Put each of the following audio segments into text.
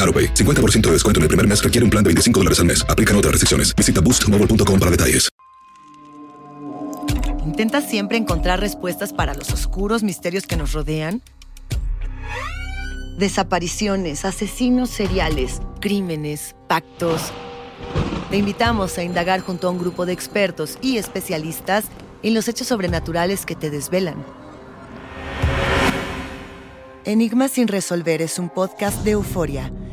AroPay. 50% de descuento en el primer mes requiere un plan de 25 dólares al mes. Aplican otras restricciones. Visita boostmobile.com para detalles. ¿Intentas siempre encontrar respuestas para los oscuros misterios que nos rodean? Desapariciones, asesinos seriales, crímenes, pactos. Te invitamos a indagar junto a un grupo de expertos y especialistas en los hechos sobrenaturales que te desvelan. Enigma sin resolver es un podcast de euforia.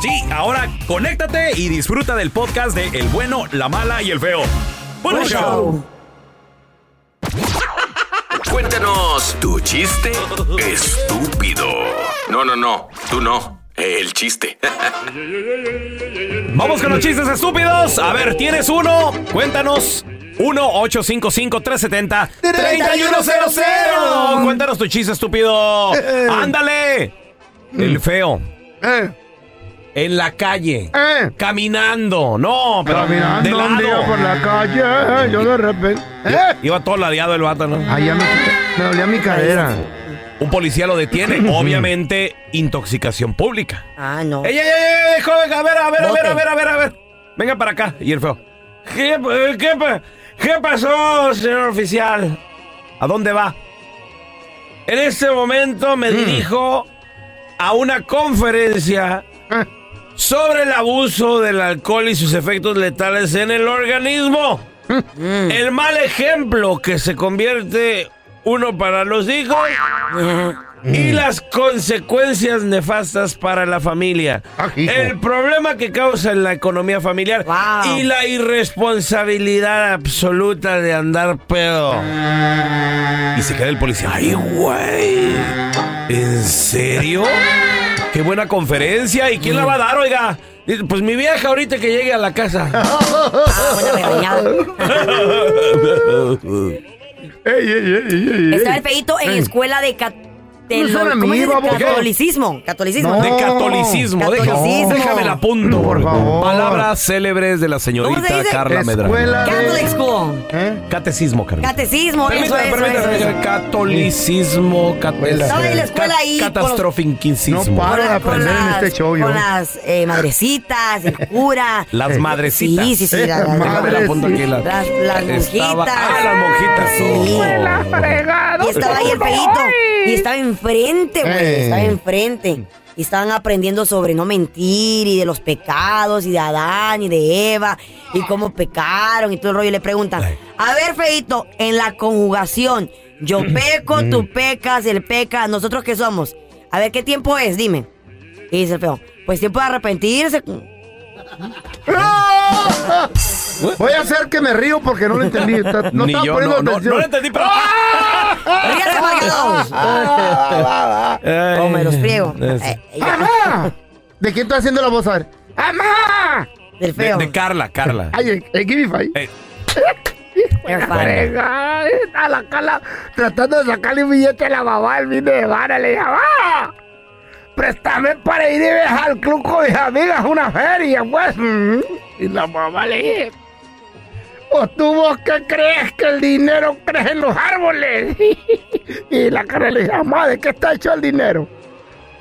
Sí, ahora conéctate y disfruta del podcast de El bueno, la mala y el feo. Bueno, Buen show. Cuéntanos tu chiste estúpido. No, no, no. Tú no. El chiste. Vamos con los chistes estúpidos. A ver, ¿tienes uno? Cuéntanos. 1-855-370-3100. Cuéntanos tu chiste estúpido. Ándale. El feo. Eh, En la calle. Caminando. No, pero de Caminando un lado. día por la calle, yo de repente. Iba todo ladeado el vato, ¿no? Allá me, me dolía mi cadera. Un policía lo detiene, obviamente intoxicación pública. Ah, no. ¡Ey, ey, ey, ey, joven! A ver, a ver, a ver, Bote. a ver, a ver, a ver. Venga para acá. Y el feo. ¿Qué, eh, qué, pa- qué pasó, señor oficial? ¿A dónde va? En este momento me dirijo a una conferencia sobre el abuso del alcohol y sus efectos letales en el organismo. El mal ejemplo que se convierte uno para los hijos Ah. y las consecuencias nefastas para la familia. hijo. El problema que causa en la economía familiar Wow. y la irresponsabilidad absoluta de andar pedo. Y se queda el policía. ¡Ay, güey! ¿En serio? ¡Qué buena conferencia! ¿Y quién la va a dar, oiga? Dice, Pues mi vieja ahorita que llegue a la casa. Ah, buena regañada. Ey, ey, ey, ey, ey, Estaba el ey. feíto en escuela de, ca- del- No son ¿cómo amigos, es? ¿por qué? catolicismo. Catolicismo. No. De catolicismo. Deja- Catolicismo. Déjame la apunto. No, por favor. Palabras célebres de la señorita dice? Carla Medrano. Escuela Catholic de... School. ¿Eh? Catecismo, Carla. Catecismo. Eso, Permítame, eso, permítame, eso, eso. Catolicismo, catecismo. Estaba en la escuela ahí con los- No Catastrofinquincismo. pa- Para de con aprender en este show, yo. Con las eh, madrecitas, el cura. Las madrecitas. Sí, sí, sí. Eh, la- la- Déjame la apunto aquí, la- Las- las Estaba- monjitas. Ah, las monjitas. Sí. Pues Oh. Y estaba ahí el feíto. Y estaba enfrente, güey. Eh. Estaba enfrente. Y estaban aprendiendo sobre no mentir y de los pecados y de Adán y de Eva y cómo pecaron y todo el rollo. Y le preguntan, a ver, feito, en la conjugación, Mm. yo peco, tú pecas, él peca, ¿nosotros qué somos? A ver, ¿qué tiempo es? Dime. Y dice el feo, pues tiempo de arrepentirse. Voy a hacer que me río porque no lo entendí. Está- No Ni estaba yo, poniendo no, no, atención. no lo entendí, pero... ¡Ah! ¡Ríete, Marquitos! Ay. Como me los friego. Es- Eh, ya. ¡Ah! ¡Amá! ¿De quién está haciendo la voz? A ver. ¡Amá! Del De, feo. de Carla, Carla. Ay, eh, eh, give me five. Eh, Pero padre. Venga, eh, a la cala, tratando de sacarle un billete a la mamá del vino de vara, le dije, ¡mamá! Préstame para ir y viajar al club con mis amigas a una feria, pues. Mm. Y la mamá le dije, ¿Pues tú vos qué crees que el dinero crece en los árboles? y la cara le dije, mamá, ¿de qué está hecho el dinero?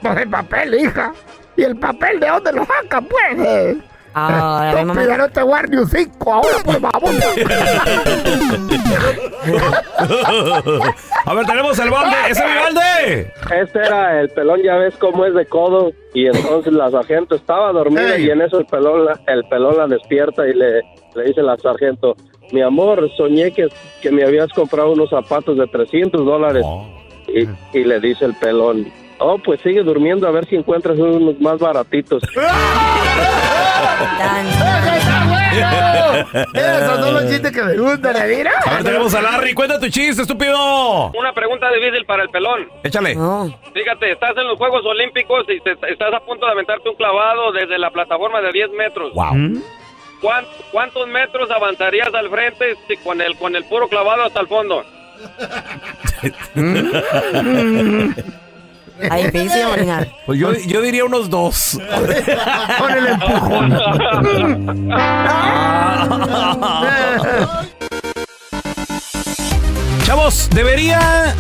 Pues de papel, hija. ¿Y el papel de dónde lo saca, pues? Eh, Ah, la mamá. Estúpida, no te guarde un cinco ahora, por favor. A ver, tenemos el balde. ¡Ah! ¡Ese es mi balde! Este era el pelón, ya ves cómo es de codo. Y entonces la sargento estaba dormida Ey. y en eso el pelón, la, el pelón la despierta y le, le dice la sargento, mi amor, soñé que, que me habías comprado unos zapatos de 300 dólares. Y, y le dice el pelón, oh, pues sigue durmiendo a ver si encuentras unos más baratitos. Tan- Esos son los chistes que me gustan, ¿eh? mira. A ver, tenemos a Larry. Cuenta tu chiste, estúpido. Una pregunta difícil para el pelón. Échale. No. Fíjate, estás en los Juegos Olímpicos y estás a punto de aventarte un clavado desde la plataforma de 10 metros. Wow. ¿Mm? ¿Cuán- ¿Cuántos metros avanzarías al frente si con el con el puro clavado hasta el fondo? Ahí difícil orinar. Pues yo, yo diría unos dos. Con el empujón. Chavos, debería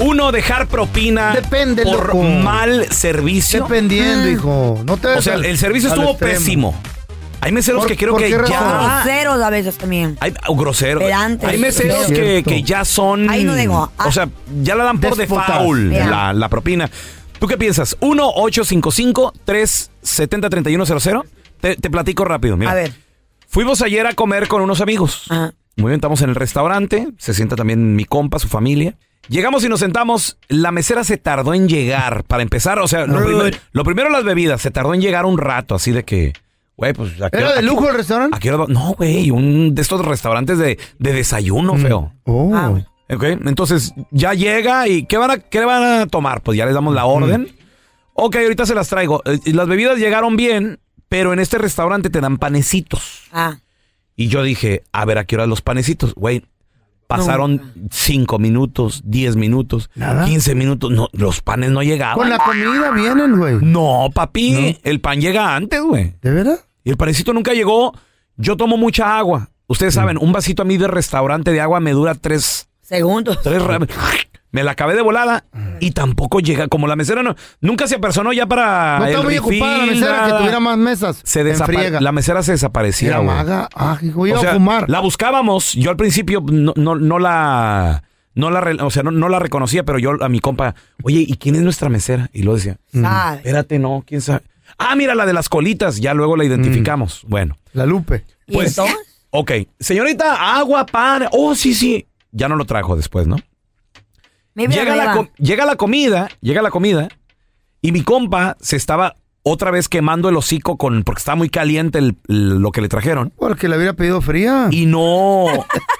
uno dejar propina Depende, por loco. mal servicio. Dependiendo, hijo. No te O sea, el servicio estuvo pésimo. Hay meseros ¿Por- que creo por que qué razón? ya. Ah, Groseros a veces también. Hay o groseros. Pedantes. Hay meseros Sí, es que, cierto. que ya son. Ahí no digo, ah. o sea, ya la dan por Déspotas. default Ya. la, la propina. ¿Tú qué piensas? 1-855-370-3100. Te, te platico rápido. Mira. A ver. Ah. Fuimos ayer a comer con unos amigos. Ajá. Muy bien, estamos en el restaurante. Se sienta también mi compa, su familia. Llegamos y nos sentamos. La mesera se tardó en llegar para empezar. O sea, lo, Rude. primer- lo primero las bebidas. Se tardó en llegar un rato, así de que, güey, pues. ¿a qué ¿Era hora- de a qué- lujo el restaurante? a qué hora- No, güey, un de estos restaurantes de, de Mm. desayuno, feo. Ah, Oh. bueno. Ok, entonces ya llega y ¿qué van a, qué van a tomar? Pues ya les damos Mm. la orden. Ok, ahorita se las traigo. Eh, y Las bebidas llegaron bien, pero en este restaurante te dan panecitos. Ah. Y yo dije, a ver, ¿a qué hora los panecitos? Güey, pasaron 5 minutos, 10 minutos, 15 minutos. No, los panes no Con llegaban. la comida vienen, güey. No, papi, el pan llega antes, güey. ¿De veras? Y el panecito nunca llegó. Yo tomo mucha agua. Ustedes saben, un vasito a mí de restaurante de agua me dura tres, Segundos. tres ra- Me la acabé de volada y tampoco llega. Como la mesera no, nunca se apersonó ya para. No Ah, el estaba muy ocupada la refil, mesera que nada. tuviera más mesas. se En desapa- friega. La mesera se desaparecía. Era güey. maga. Ah, hijo, iba O sea, a fumar. La buscábamos. Yo al principio no, no, no la. No la, re- o sea, no, no la reconocía, pero yo a mi compa, oye, ¿y quién es nuestra mesera? Y lo decía, "Mm, Sabe. espérate, no, quién sabe. Ah, mira, la de las colitas, ya luego Mm. la identificamos. Bueno, La Lupe. ¿Y pues, entonces? ok. Señorita, agua, pan, oh, sí, sí. Ya no lo trajo después, ¿no? Maybe Llega la, arriba. com- llega la comida, llega la comida, y mi compa se estaba otra vez quemando el hocico con, porque estaba muy caliente el- el- lo que le trajeron. Porque le hubiera pedido fría. y no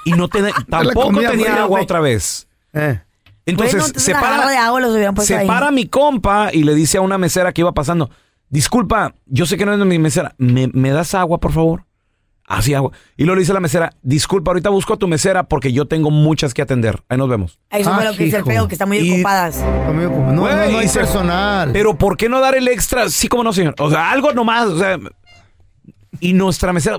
y no ten- tampoco comida tenía fría, agua güey. otra vez. Eh. Entonces, Bueno, se la jarra de para, agua los hubieran puesto se ahí. para mi compa y le dice a una mesera que iba pasando, disculpa, yo sé que no es de mi mesera, ¿me, me das agua, por favor? Así agua. Y luego le dice a la mesera, disculpa, ahorita busco a tu mesera porque yo tengo muchas que atender. Ahí nos vemos. Eso Ah, fue lo que dice el hijo. feo, que están muy Y- ocupadas. Conmigo como- No, Güey, no, no hay y se- personal. Pero ¿por qué no dar el extra? Sí, como no, señor. O sea, algo nomás. O sea, y nuestra mesera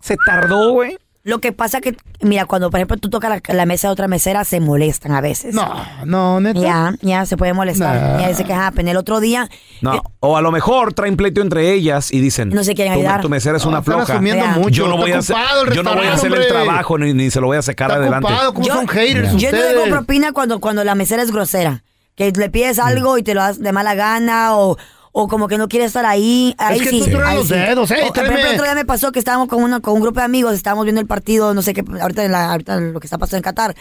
se tardó, güey. Lo que pasa que, mira, cuando por ejemplo tú tocas la, la mesa de otra mesera, se molestan a veces. No, no, neta. Ya, ya se puede molestar. Nah. Ya dice que happen. El otro día, No, eh, o a lo mejor traen pleito entre ellas y dicen, No se quieren "Tu- ayudar". Tu mesera es No, una están floja. asumiendo Vean, mucho. yo no, Está voy a hacer, ocupado el yo no voy a hacer el restaurante, hombre. trabajo ni, ni se lo voy a sacar Está adelante. ocupado, ¿cómo Yo- son haters yo no ustedes? debo propina cuando, cuando la mesera es grosera. Que le pides Mm. algo y te lo das de mala gana o, o como que no quiere estar ahí. ahí que sí, tú truenas ahí los sí. dedos, eh, O, por ejemplo, tráeme. el otro día me pasó que estábamos con, una- con un grupo de amigos, estábamos viendo el partido, no sé qué, ahorita, en la- ahorita en lo que está pasando en Qatar.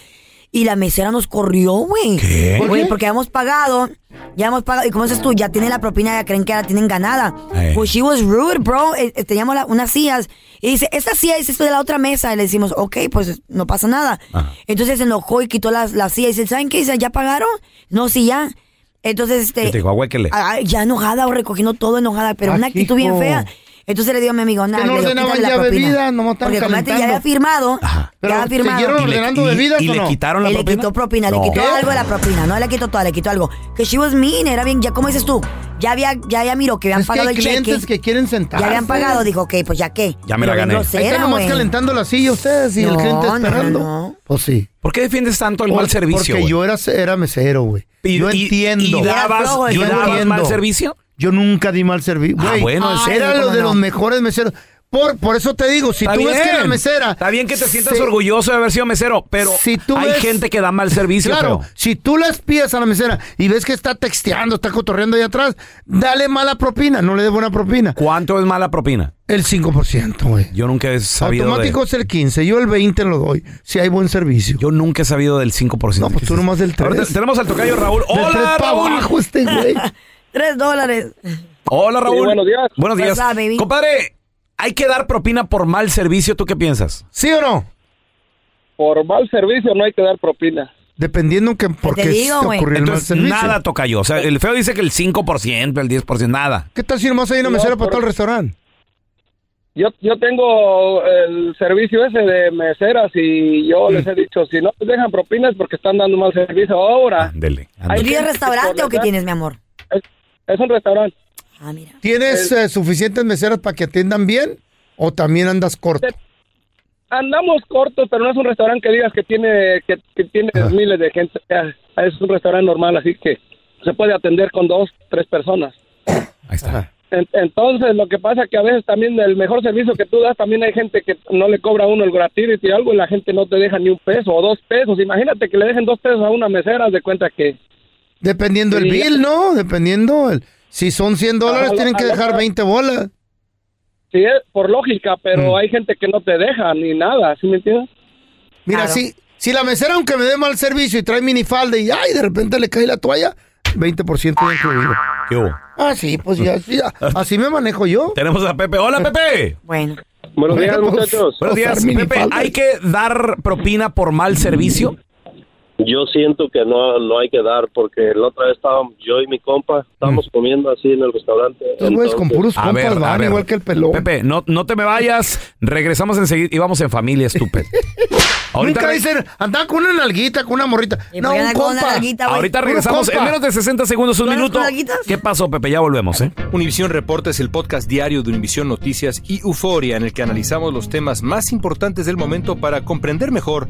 y la mesera nos corrió, güey. ¿Qué? ¿Por Güey, qué? porque habíamos pagado, ya hemos pagado, y como dices tú, ya tienen la propina, ya creen que la tienen ganada. Eh. Pues she was rude, bro. Eh, eh, teníamos la- unas sillas, y dice, esta silla es esto de la otra mesa, y le decimos, ok, pues no pasa nada. Ajá. Entonces se enojó y quitó las la silla, y dice, ¿saben qué? Dice, ¿ya pagaron? No, sí, ya. Entonces, este... ¿Qué te dijo? Ahuéquele. Ah, ya enojada, o recogiendo todo enojada, pero una actitud bien hijo. fea. Entonces le digo a mi amigo, nada, Que no le digo, ordenaban quítale la ya propina. bebida, nomás estaban Porque como ya te- ya calentando. había firmado, Pero ya había firmado. ¿siguieron ordenando bebidas y o le no? quitaron la Él le propina? quitó propina, No. le quitó ¿Qué? algo de la propina, no le quitó toda, le quitó algo. Que she was mean, era bien, ya como dices tú, ya había, ya ya miró que habían Es que pagado hay el clientes cheque, que quieren sentarse. ya habían pagado, dijo, ok, pues ya qué. Ya me la Pero gané. bien Ahí Ahí grosera, están nomás güey. calentando la silla ustedes y el No, cliente no, no, esperando. no. Pues sí. ¿Por qué defiendes tanto el mal Por- servicio? Porque güey? yo era, era mesero, güey. Y- Yo y- entiendo. ¿Y dabas, flojo, y yo dabas entiendo. mal servicio? Yo nunca di mal servicio. Ah, Güey, bueno, es- era Ay, lo cómo de no. los mejores meseros. Por, por eso te digo, si Está tú ves que la bien. mesera. Está bien que te sientas se- orgulloso de haber sido mesero, pero Si tú hay ves- gente que da mal servicio. Claro, feo. si tú las pides a la mesera y ves que está texteando, está cotorreando ahí atrás, dale mala propina, no le dé buena propina. ¿Cuánto es mala propina? El 5%, güey. Yo nunca he sabido. de- Automático es el 15, yo el 20 lo doy, si hay buen servicio. Yo nunca he sabido del 5%. No, pues tú nomás del Ahorita 3. tenemos al tocayo Raúl. Del tres Hola, pa' Raúl. abajo este güey. Tres dólares. Hola, Raúl. Sí, buenos días. Buenos días. What's up, baby? Compadre, hay que dar propina por mal servicio. ¿Tú qué piensas? ¿Sí o no? Por mal servicio no hay que dar propina. Dependiendo que por Te qué se digo, güey. ocurrió el mal Entonces, servicio. nada tocayo. O sea, el feo dice que el 5%, el 10%, nada. ¿Qué tal si nomás hay una mesera para por- todo el restaurante? Yo, yo tengo el servicio ese de meseras y yo les he dicho, si no les dejan propinas porque están dando mal servicio Ah. ahora. Ándele. Ay, ¿Tú ándele. tienes restaurante o qué tienes, mi amor? Es, es un restaurante. Ah, mira. ¿Tienes eh, suficientes meseras para que atiendan bien o también andas corto? Andamos cortos, pero no es un restaurante que digas que tiene que, que tiene miles de gente. O sea, Es un restaurante normal, así que se puede atender con dos, tres personas. Ahí está. En- Entonces, lo que pasa que a veces también el mejor servicio que tú das, también hay gente que no le cobra a uno el gratuity y algo y la gente no te deja ni un peso o dos pesos. Imagínate que le dejen dos pesos a una mesera, haz de cuenta que... Dependiendo el Sí. bill, ¿no? Dependiendo. el- si son 100 dólares, Ajá, tienen que ajá, dejar ajá. 20 bolas. Sí, es por lógica, Mm. pero hay gente que no te deja ni nada, ¿sí me entiendes? Mira, Claro. si, si la mesera, aunque me dé mal servicio y trae minifalda y ay, de repente le cae la toalla, 20% de incluido. ¿Qué hubo? Ah, sí, pues ya, ya, así me manejo yo. Tenemos a Pepe. Hola, Pepe. Bueno. Buenos días, Bueno, pues, días, muchachos. muchachos. Buenos días, Usar Pepe. minifalda. ¿Hay que dar propina por mal servicio? Yo siento que no, no hay que dar, porque la otra vez estábamos yo y mi compa, estábamos comiendo así en el restaurante. Estos güeyes con puros A compas ver, a van ver. igual que el pelón. Pepe, no, no te me vayas. Regresamos enseguida. Íbamos en familia, estúpido. Ahorita Nunca re- dicen, andan con una nalguita, con una morrita. ¿Y No, por qué un andan con una compa. nalguita? güey. Ahorita Puro regresamos compa. en menos de 60 segundos, un ¿Todas minuto. nalguitas? ¿Qué pasó, Pepe? Ya volvemos, ¿eh? Univisión Reporta es el podcast diario de Univisión Noticias y Euforia en el que analizamos los temas más importantes del momento para comprender mejor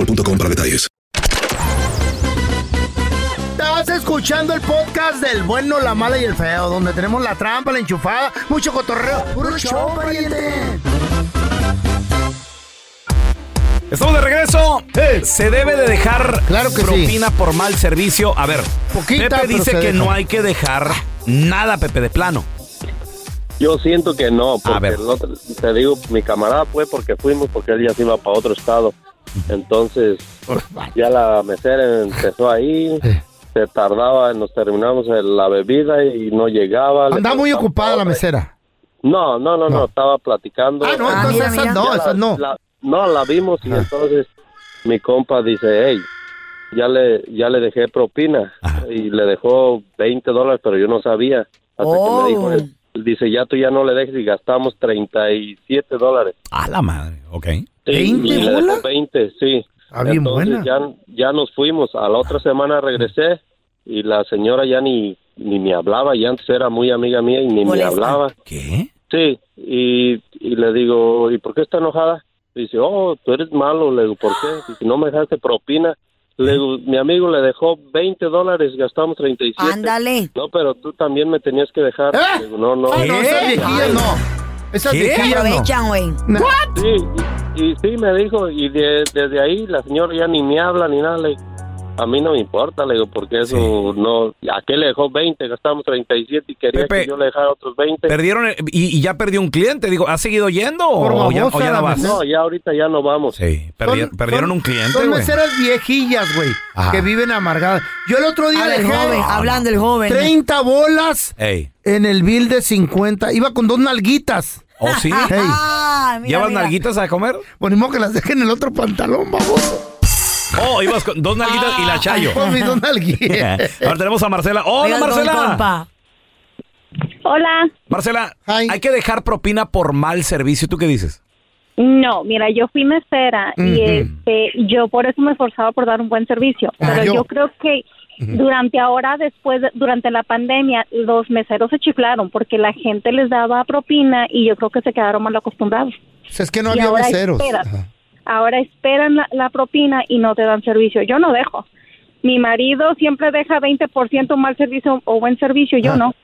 para detalles. Estás escuchando el podcast del bueno, la mala y el feo, donde tenemos la trampa, la enchufada, mucho cotorreo. ¡Puro show, pariente! Estamos de regreso. Se debe de dejar Claro que sí. propina por mal servicio. A ver, Poquita, Pepe pero dice se que deja. no hay que dejar nada, Pepe, de plano. Yo siento que no, porque ver. el otro- te digo, mi camarada fue porque fuimos, porque él ya se iba para otro estado. Entonces, ya la mesera empezó ahí, se tardaba, nos terminamos en la bebida y no llegaba. Le Andaba muy preguntamos ocupada la otra. mesera. No, no, no, no, estaba platicando. Ah, no, Ah, entonces mira, esas mira. no, Ya la- esas no. la- no, la vimos y entonces mi compa dice, hey, ya le, ya le dejé propina y le dejó 20 dólares, pero yo no sabía. Hasta Oh. que me dijo él, él dice, ya tú ya no le dejes y gastamos 37 dólares. A la madre, ok. Sí, y le dejó 20, sí. Ah, bien entonces buena. ya, ya nos fuimos. A la otra semana regresé y la señora ya ni, ni me hablaba, ya antes era muy amiga mía y ni Molesta. me hablaba. ¿Qué? Sí, y, y le digo, ¿y por qué está enojada? Dice, oh, tú eres malo. Le digo, ¿por qué? Dice, no me dejaste propina. Le digo, mi amigo le dejó 20 dólares, gastamos 37. Ándale. No, pero tú también me tenías que dejar. Le digo, no, no. Ah, no, esas viejillas no. Esas viejillas no. Aprovechan, güey. Sí, y, y sí me dijo, y de- desde ahí la señora ya ni me habla ni nada. Le digo, a mí no me importa, le digo, porque eso no... ¿A qué le dejó 20? Gastamos 37 y quería Pepe. que yo le dejara otros 20. Perdieron el- y, y ya perdió un cliente. Digo, ¿ha seguido yendo o, ya, o ya no vas? No, ya ahorita ya no vamos. Sí, perdi- Son- perdieron son- un cliente, Son güey. meseras viejillas, güey, Ajá. que viven amargadas. Yo el otro día Habla el dejé joven, hablan del joven. 30 bolas Ey. en el bill de 50. Iba con dos nalguitas. ¿Oh, sí? Ey. Ah, mira, ¿Llevas mira. nalguitas a comer? Bueno, ni modo que las dejen en el otro pantalón, vamos. Oh, ibas con dos nalguitas y la chayo. Con mis dos nalguitas. Ahora tenemos a Marcela. Mira ¡Hola, el don Marcela! Hola. Marcela, hay que dejar propina por mal servicio. ¿Tú qué dices? No, mira, yo fui mesera y Ujú. este, yo por eso me esforzaba por dar un buen servicio. Ah, Pero yo- yo, creo que Ujú. durante ahora, después, de- durante la pandemia, los meseros se chiflaron porque la gente les daba propina y yo creo que se quedaron mal acostumbrados. Es que no Y había ahora meseros. esperan, ahora esperan la, la propina y no te dan servicio. Yo no dejo. Mi marido siempre deja 20% mal servicio o buen servicio, Ah. yo no.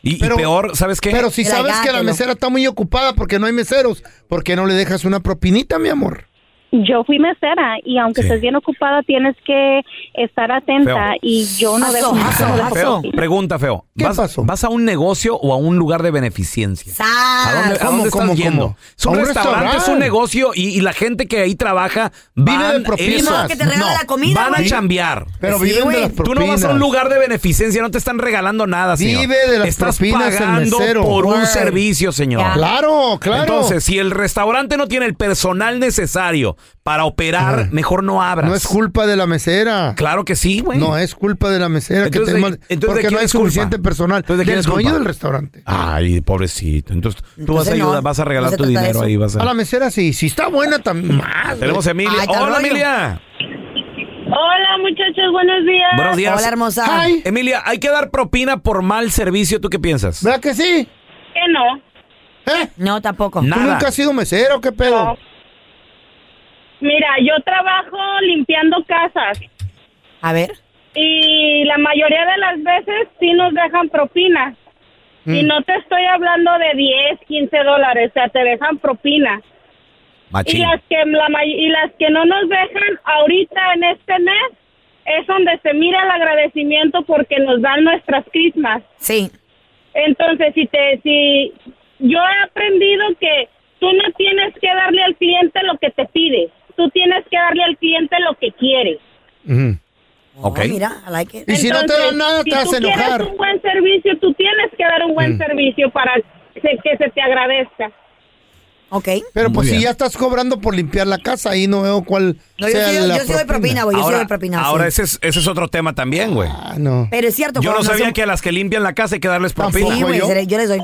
Y, y peor, ¿sabes qué? Pero si sabes que la mesera está muy ocupada porque no hay meseros, ¿por qué no le dejas una propinita, mi amor? Yo fui mesera y aunque estés bien ocupada tienes que estar atenta Feo. y yo no dejo, yo no dejo Feo, propina. pregunta, Feo. ¿Vas, ¿Vas a un negocio o a un lugar de beneficencia? ¿A dónde, a ¿Cómo, dónde estás cómo, yendo? cómo? Es un, ¿A un restaurante, es un restaurante? negocio y, y la gente que ahí trabaja Vive van de propinas. eso. Que te regala la comida, Van güey. a chambear. Pero viven de güey. las Tú no vas a propinas. un lugar de beneficencia, no te están regalando nada, señor. Vive de las Estás propinas el pagando mesero, por un güey. servicio, señor. Ya. Claro, claro. Entonces, si el restaurante no tiene el personal necesario para operar, mejor no abras. No es culpa de la mesera. Claro que sí, güey. No es culpa de la mesera que Entonces, tenga ¿de- mal- entonces, ¿de porque quién no hay es culpa? suficiente personal. Entonces, ¿de quién del es dueño culpa? Ah, del restaurante. Ay, pobrecito. Entonces, tú vas a Entonces, ayudar, no, vas a no regalar se tu trata de dinero eso. ahí, vas a... A la mesera sí, si está buena también más, güey. Tenemos a Emilia. Hola, Emilia. Hola muchachos, buenos días. Buenos días. Ah, Emilia, ¿hay que dar propina por mal servicio? ¿Tú qué piensas? ¿Verdad que sí? ¿Eh? Que no. No, tampoco. ¿Tú Nada. nunca has sido mesera o qué pedo? Mira, yo trabajo limpiando casas A ver. y la mayoría de las veces sí nos dejan propina. Y Mm. no te estoy hablando de 10, 15 dólares, o sea, te dejan propina. Y Machín. las, que, la may- y las que no nos dejan ahorita en este mes es donde se mira el agradecimiento porque nos dan nuestras crismas. Sí. Entonces, si te, si yo he aprendido que tú no tienes que darle al cliente lo que te pide, tú tienes que darle al cliente lo que quiere. Ok. Oh, Mira, I like it. Entonces, si tú quieres un buen servicio, tú tienes que dar un buen servicio para se- que se te agradezca. Ok. Pero pues Muy bien. si ya estás cobrando por limpiar la casa, ahí no veo cuál No, yo sea sí- yo la sí doy propina, güey, Pues yo sí ahora, doy propina, ahora sí. ese, es, ese es otro tema también, güey. Ah, Pero es cierto, Yo no cuando sabía hacen- Ah, que a las que limpian la casa hay que darles propina. Sí, güey, se le- yo les doy.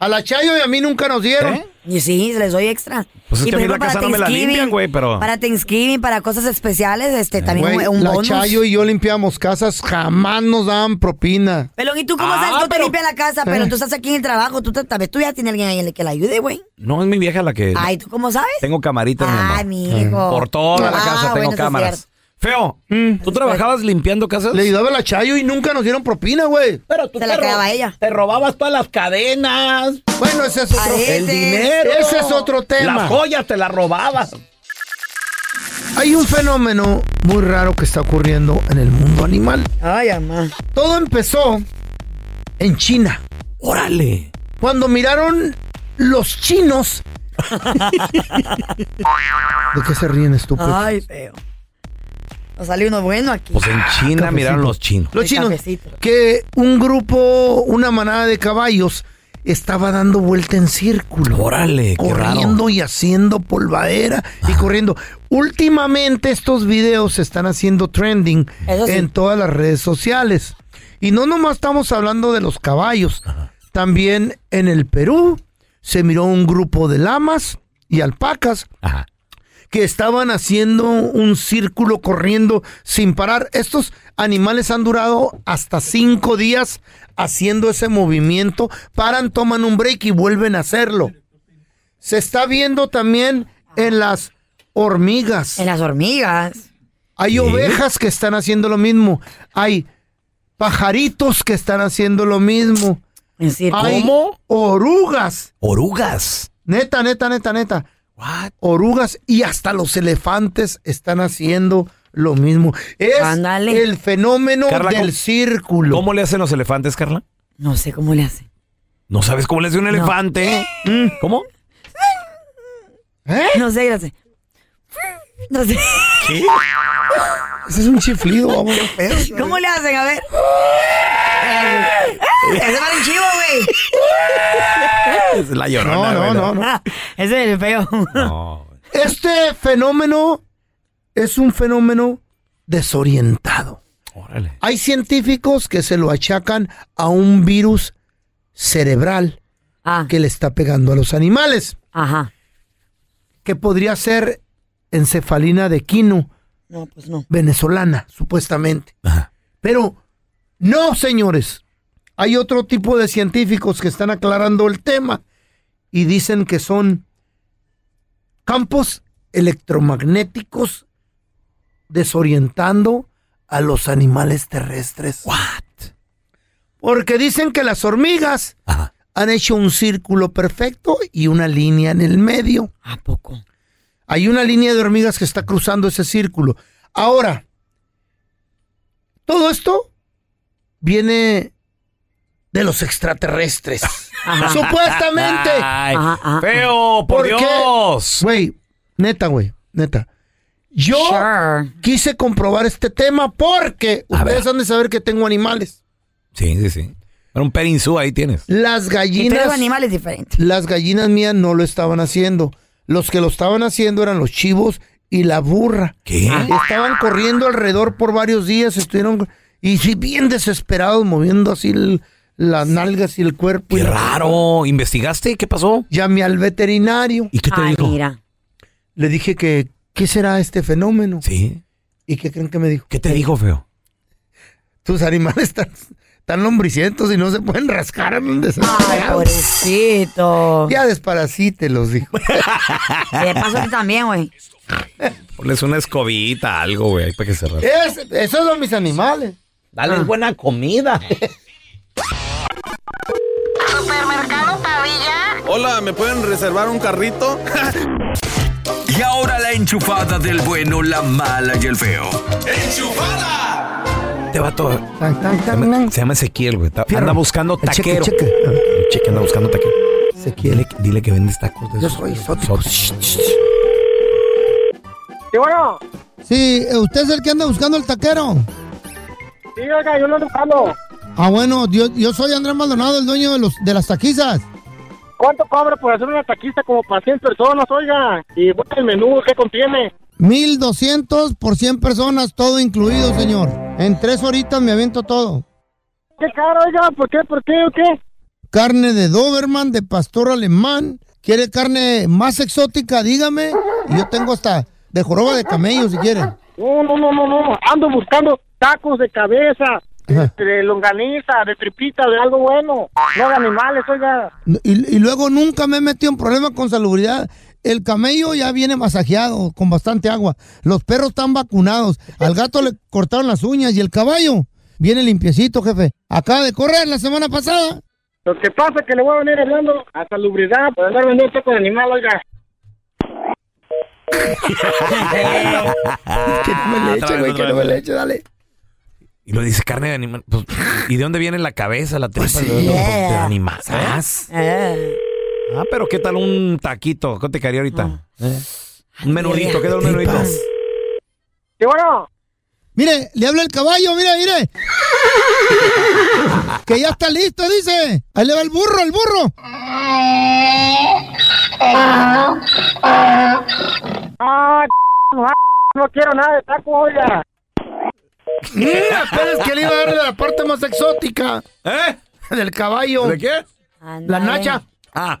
A la Chayo y a mí nunca nos dieron. ¿Eh? Y sí, se les doy extra. Pues es y que a mí la casa no me la Thanksgiving- limpian, güey, pero- Para Thanksgiving, para cosas especiales, este, también Güey, un, un la bonus. Chayo y yo limpiamos casas, jamás nos daban propina. Pelón, ¿y tú cómo Ah, sabes? Yo te pero- limpio la casa, pero Eh. tú estás aquí en el trabajo, tú te- tal vez tú ya tienes alguien ahí en el que la ayude, güey. No, es mi vieja la que... Ay, ¿tú cómo sabes? Tengo camaritas, mi amor. Ay, mi hijo. Por toda la Ah, casa bueno, tengo eso es cámaras. cierto. Feo, ¿tú trabajabas limpiando casas? Le ayudaba la Chayo y nunca nos dieron propina, güey. Pero tú Se la quedaba ella. Te robabas todas las cadenas. Bueno, ese es otro Aretes. este. El dinero. Ese es otro tema. Las joyas te las robabas. Hay un fenómeno muy raro que está ocurriendo en el mundo animal. Ay, mamá. Todo empezó en China. ¡Órale! Cuando miraron los chinos. ¿De qué se ríen, estúpidos? Ay, feo. Nos salió uno bueno aquí. Pues en China Cafecito. miraron los chinos. Los El chinos. cafecito. Que un grupo, una manada de caballos, estaba dando vuelta en círculo. Órale, qué raro. Ah. corriendo y haciendo polvadera y corriendo. Últimamente estos videos se están haciendo trending Eso sí. en todas las redes sociales. Y no nomás estamos hablando de los caballos. También en el Perú se miró un grupo de lamas y alpacas Ajá. que estaban haciendo un círculo corriendo sin parar. Estos animales han durado hasta cinco días haciendo ese movimiento, paran, toman un break y vuelven a hacerlo. Se está viendo también en las hormigas. En las hormigas. Hay ovejas que están haciendo lo mismo. Hay pajaritos que están haciendo lo mismo. En circo. Hay orugas. Orugas. Neta, neta, neta, neta. Orugas y hasta los elefantes están haciendo lo mismo. Es Ándale. el fenómeno Carla, del ¿cómo- círculo. ¿Cómo le hacen los elefantes, Carla? No sé cómo le hacen. ¿No sabes cómo le hace un elefante? Mm, ¿Cómo? ¿Eh? No sé, gracias. No sé. Ese es un chiflido, vamos. ¿Cómo le hacen? A ver. Ese vale un chivo, güey. Es la No, llorona. no, güey. no, no. Ah, Ese es el feo. No. Este fenómeno es un fenómeno desorientado. Órale. Hay científicos que se lo achacan a un virus cerebral Ah, que le está pegando a los animales, ajá. que podría ser encefalina de quino. No, pues no. venezolana, supuestamente. Ajá. Pero no, señores. Hay otro tipo de científicos que están aclarando el tema y dicen que son campos electromagnéticos desorientando a los animales terrestres. What? Porque dicen que las hormigas Ajá. han hecho un círculo perfecto y una línea en el medio. ¿A poco? Hay una línea de hormigas que está cruzando ese círculo. Ahora, todo esto viene de los extraterrestres. Supuestamente. Ay, Ajá, ajá. feo, por, ¿Por qué? Dios. Güey, neta, güey, neta. Yo Sure. quise comprobar este tema porque A ustedes ver. han de saber que tengo animales. Sí, sí, sí. Era un perinsú, ahí tienes. Las Y gallinas. tres animales diferentes. Las gallinas mías no lo estaban haciendo. Los que lo estaban haciendo eran los chivos y la burra. ¿Qué? ¿Eh? Estaban corriendo alrededor por varios días, estuvieron y sí, bien desesperados, moviendo así el- las nalgas y el cuerpo. y Qué la- raro. ¿Investigaste? ¿Qué pasó? Llamé al veterinario, ¿Y qué te Ay, dijo? mira. le dije que, ¿qué será este fenómeno? Sí. ¿Y qué creen que me dijo? ¿Qué te dijo, feo? Tus animales están, están lombricientos y no se pueden rascar. andan Ay, desesperados. pobrecito. Ya desparasítelos, dijo. De paso tú también, güey. Ponles una escobita, algo, güey, ahí para que se raspe. Es, esos son mis animales. Dale Ah. buena comida. Hola, ¿me pueden reservar un carrito? Y ahora la enchufada del bueno, la mala y el feo. Te va todo. Tan, tan, Se tan, llama, tan. Este se llama Ezequiel, güey. Ta- Fierro. Anda buscando El cheque, taquero. cheque. El cheque anda buscando taquero. Se quiere. Dile, dile que vendes tacos de Yo esos. soy exótico. Sot- Shh, shh, shh. Y bueno, Sí, usted es el que anda buscando el taquero. sí, oiga, yo lo regalo. Ah, bueno, yo, yo soy Andrés Maldonado, el dueño de, los, de las taquizas. ¿Cuánto cobra por hacer una taquista como para 100 personas, oiga? Y bueno, el menú, ¿qué contiene? 1200 por 100 personas, todo incluido, señor. En tres horitas me aviento todo. ¿Qué caro, oiga? ¿Por qué, por qué o qué? Carne de Doberman, de pastor alemán. ¿Quiere carne más exótica? Dígame. Y yo tengo hasta de joroba de camello, si quiere. No, no, no, no, no. Ando buscando tacos de cabeza, Ajá. de longaniza, de tripita, de algo bueno. No de animales, oiga. Y, y luego nunca me he metido en problemas con salubridad. El camello ya viene masajeado con bastante agua. Los perros están vacunados. Al gato le cortaron las uñas y el caballo viene limpiecito, jefe. Acaba de correr la semana pasada. Lo que pasa es que le voy a venir hablando a salubridad por andar vendiendo tacos de animal, oiga. que no me le eche, güey, que no me le eche, dale. Y lo dice carne de animal. Pues, ¿Y de dónde viene la cabeza, la tripa Pues sí. ¿Eh? de, de- de Yeah. animal? ¿Sas? Eh. Ah, pero ¿qué tal un taquito? ¿Qué te quedaría ahorita? ¿Eh? Un menudito, ¿qué tal un menudito? ¡Qué bueno! Mire, le habla el caballo, mire, mire. que ya está listo, dice. Ahí le va el burro, el burro. Ah, no, no quiero nada de taco, oiga. Mira, pero es que le iba a dar de la parte más exótica. ¿Eh? Del caballo. ¿De qué? La nacha. Ah.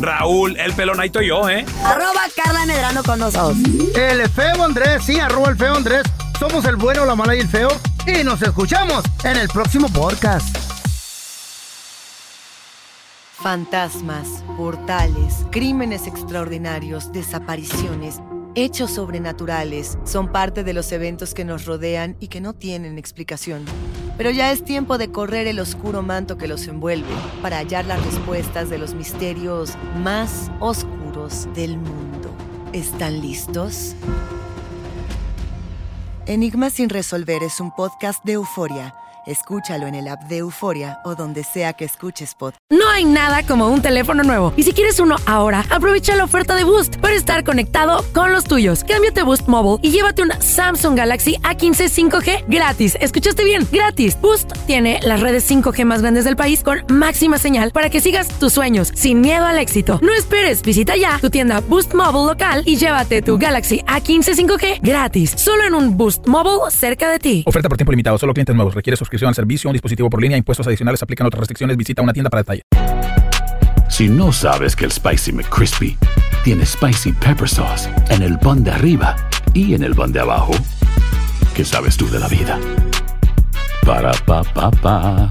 Raúl el Pelón, ahí estoy yo, ¿eh? Arroba Carla Medrano con nosotros. El feo Andrés, sí, arroba el feo Andrés. Somos el bueno, la mala y el feo. Y nos escuchamos en el próximo podcast. Fantasmas, portales, crímenes extraordinarios, desapariciones, hechos sobrenaturales son parte de los eventos que nos rodean y que no tienen explicación. Pero ya es tiempo de correr el oscuro manto que los envuelve para hallar las respuestas de los misterios más oscuros del mundo. ¿Están listos? Enigma sin resolver es un podcast de euforia. Escúchalo en el app de Euforia o donde sea que escuches podcast. No hay nada como un teléfono nuevo. Y si quieres uno ahora, aprovecha la oferta de Boost para estar conectado con los tuyos. Cámbiate a Boost Mobile y llévate un Samsung Galaxy A15 5G gratis. ¿Escuchaste bien? Gratis. Boost tiene las redes 5G más grandes del país con máxima señal para que sigas tus sueños sin miedo al éxito. No esperes, visita ya tu tienda Boost Mobile local y llévate tu Galaxy A15 5G gratis. Solo en un Boost Mobile cerca de ti. Oferta por tiempo limitado, solo clientes nuevos. Requiere suscripción al servicio, un dispositivo por línea, impuestos adicionales, aplican otras restricciones. Visita una tienda para detalle. Si no sabes que el Spicy McCrispy tiene spicy pepper sauce en el pan de arriba y en el pan de abajo, ¿qué sabes tú de la vida? Para pa pa pa.